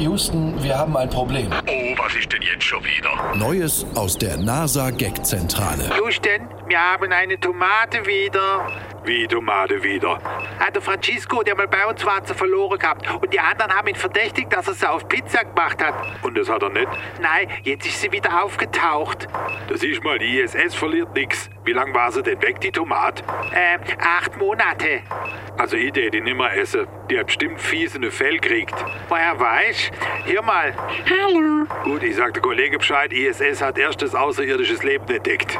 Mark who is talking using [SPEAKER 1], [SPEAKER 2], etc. [SPEAKER 1] Houston, wir haben ein Problem.
[SPEAKER 2] Oh, was ist denn jetzt schon wieder?
[SPEAKER 3] Neues aus der NASA-Gag-Zentrale.
[SPEAKER 4] Houston, wir haben eine Tomate wieder.
[SPEAKER 2] Wie Tomate wieder.
[SPEAKER 4] Hat der Francisco, der mal bei uns war, zu verloren gehabt. Und die anderen haben ihn verdächtigt, dass er sie auf Pizza gemacht hat.
[SPEAKER 2] Und das hat er nicht.
[SPEAKER 4] Nein, jetzt ist sie wieder aufgetaucht.
[SPEAKER 2] Das ist mal, die ISS verliert nix. Wie lang war sie denn weg, die Tomate?
[SPEAKER 4] Ähm, acht Monate.
[SPEAKER 2] Also ich tät die nimmer essen. Die hat bestimmt fiesen Fell kriegt.
[SPEAKER 4] Woher weiß? Hier mal.
[SPEAKER 5] Hallo.
[SPEAKER 2] Gut, ich sag der Kollege Bescheid, ISS hat erstes außerirdisches Leben entdeckt.